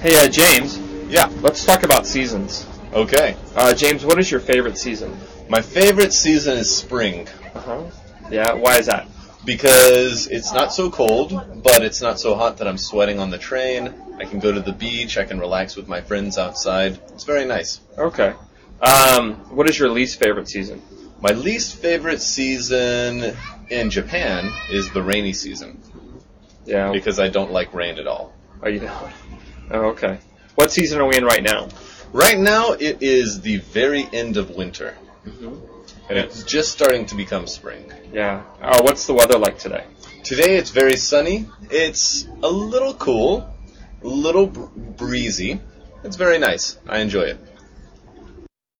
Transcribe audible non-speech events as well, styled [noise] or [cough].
Hey, uh, James, Yeah. let's talk about seasons. Okay. Uh, James, what is your favorite season? My favorite season is spring Uh-huh. Yeah, why is that? because it's not so cold, but it's not so hot that I'm sweating on the train. I can go to the beach. I can relax with my friends outside. It's very nice. Okay. Um, what is your least favorite season? My least favorite season in Japan is the rainy season Yeah. because I don't like rain at all. Are you [laughs] know? Oh, okay. What season are we in right now? Right now, it is the very end of winter, and it's just starting to become spring. Yeah. Oh, what's the weather like today? Today it's very sunny. It's a little cool, a little br- breezy. It's very nice. I enjoy it.